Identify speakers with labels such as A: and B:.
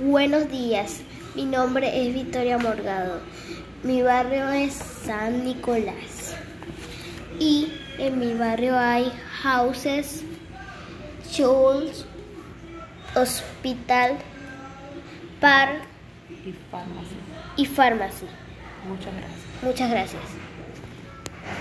A: Buenos días, mi nombre es Victoria Morgado, mi barrio es San Nicolás y en mi barrio hay houses, schools, hospital, par
B: y farmacia.
A: y farmacia.
B: Muchas gracias.
A: Muchas gracias.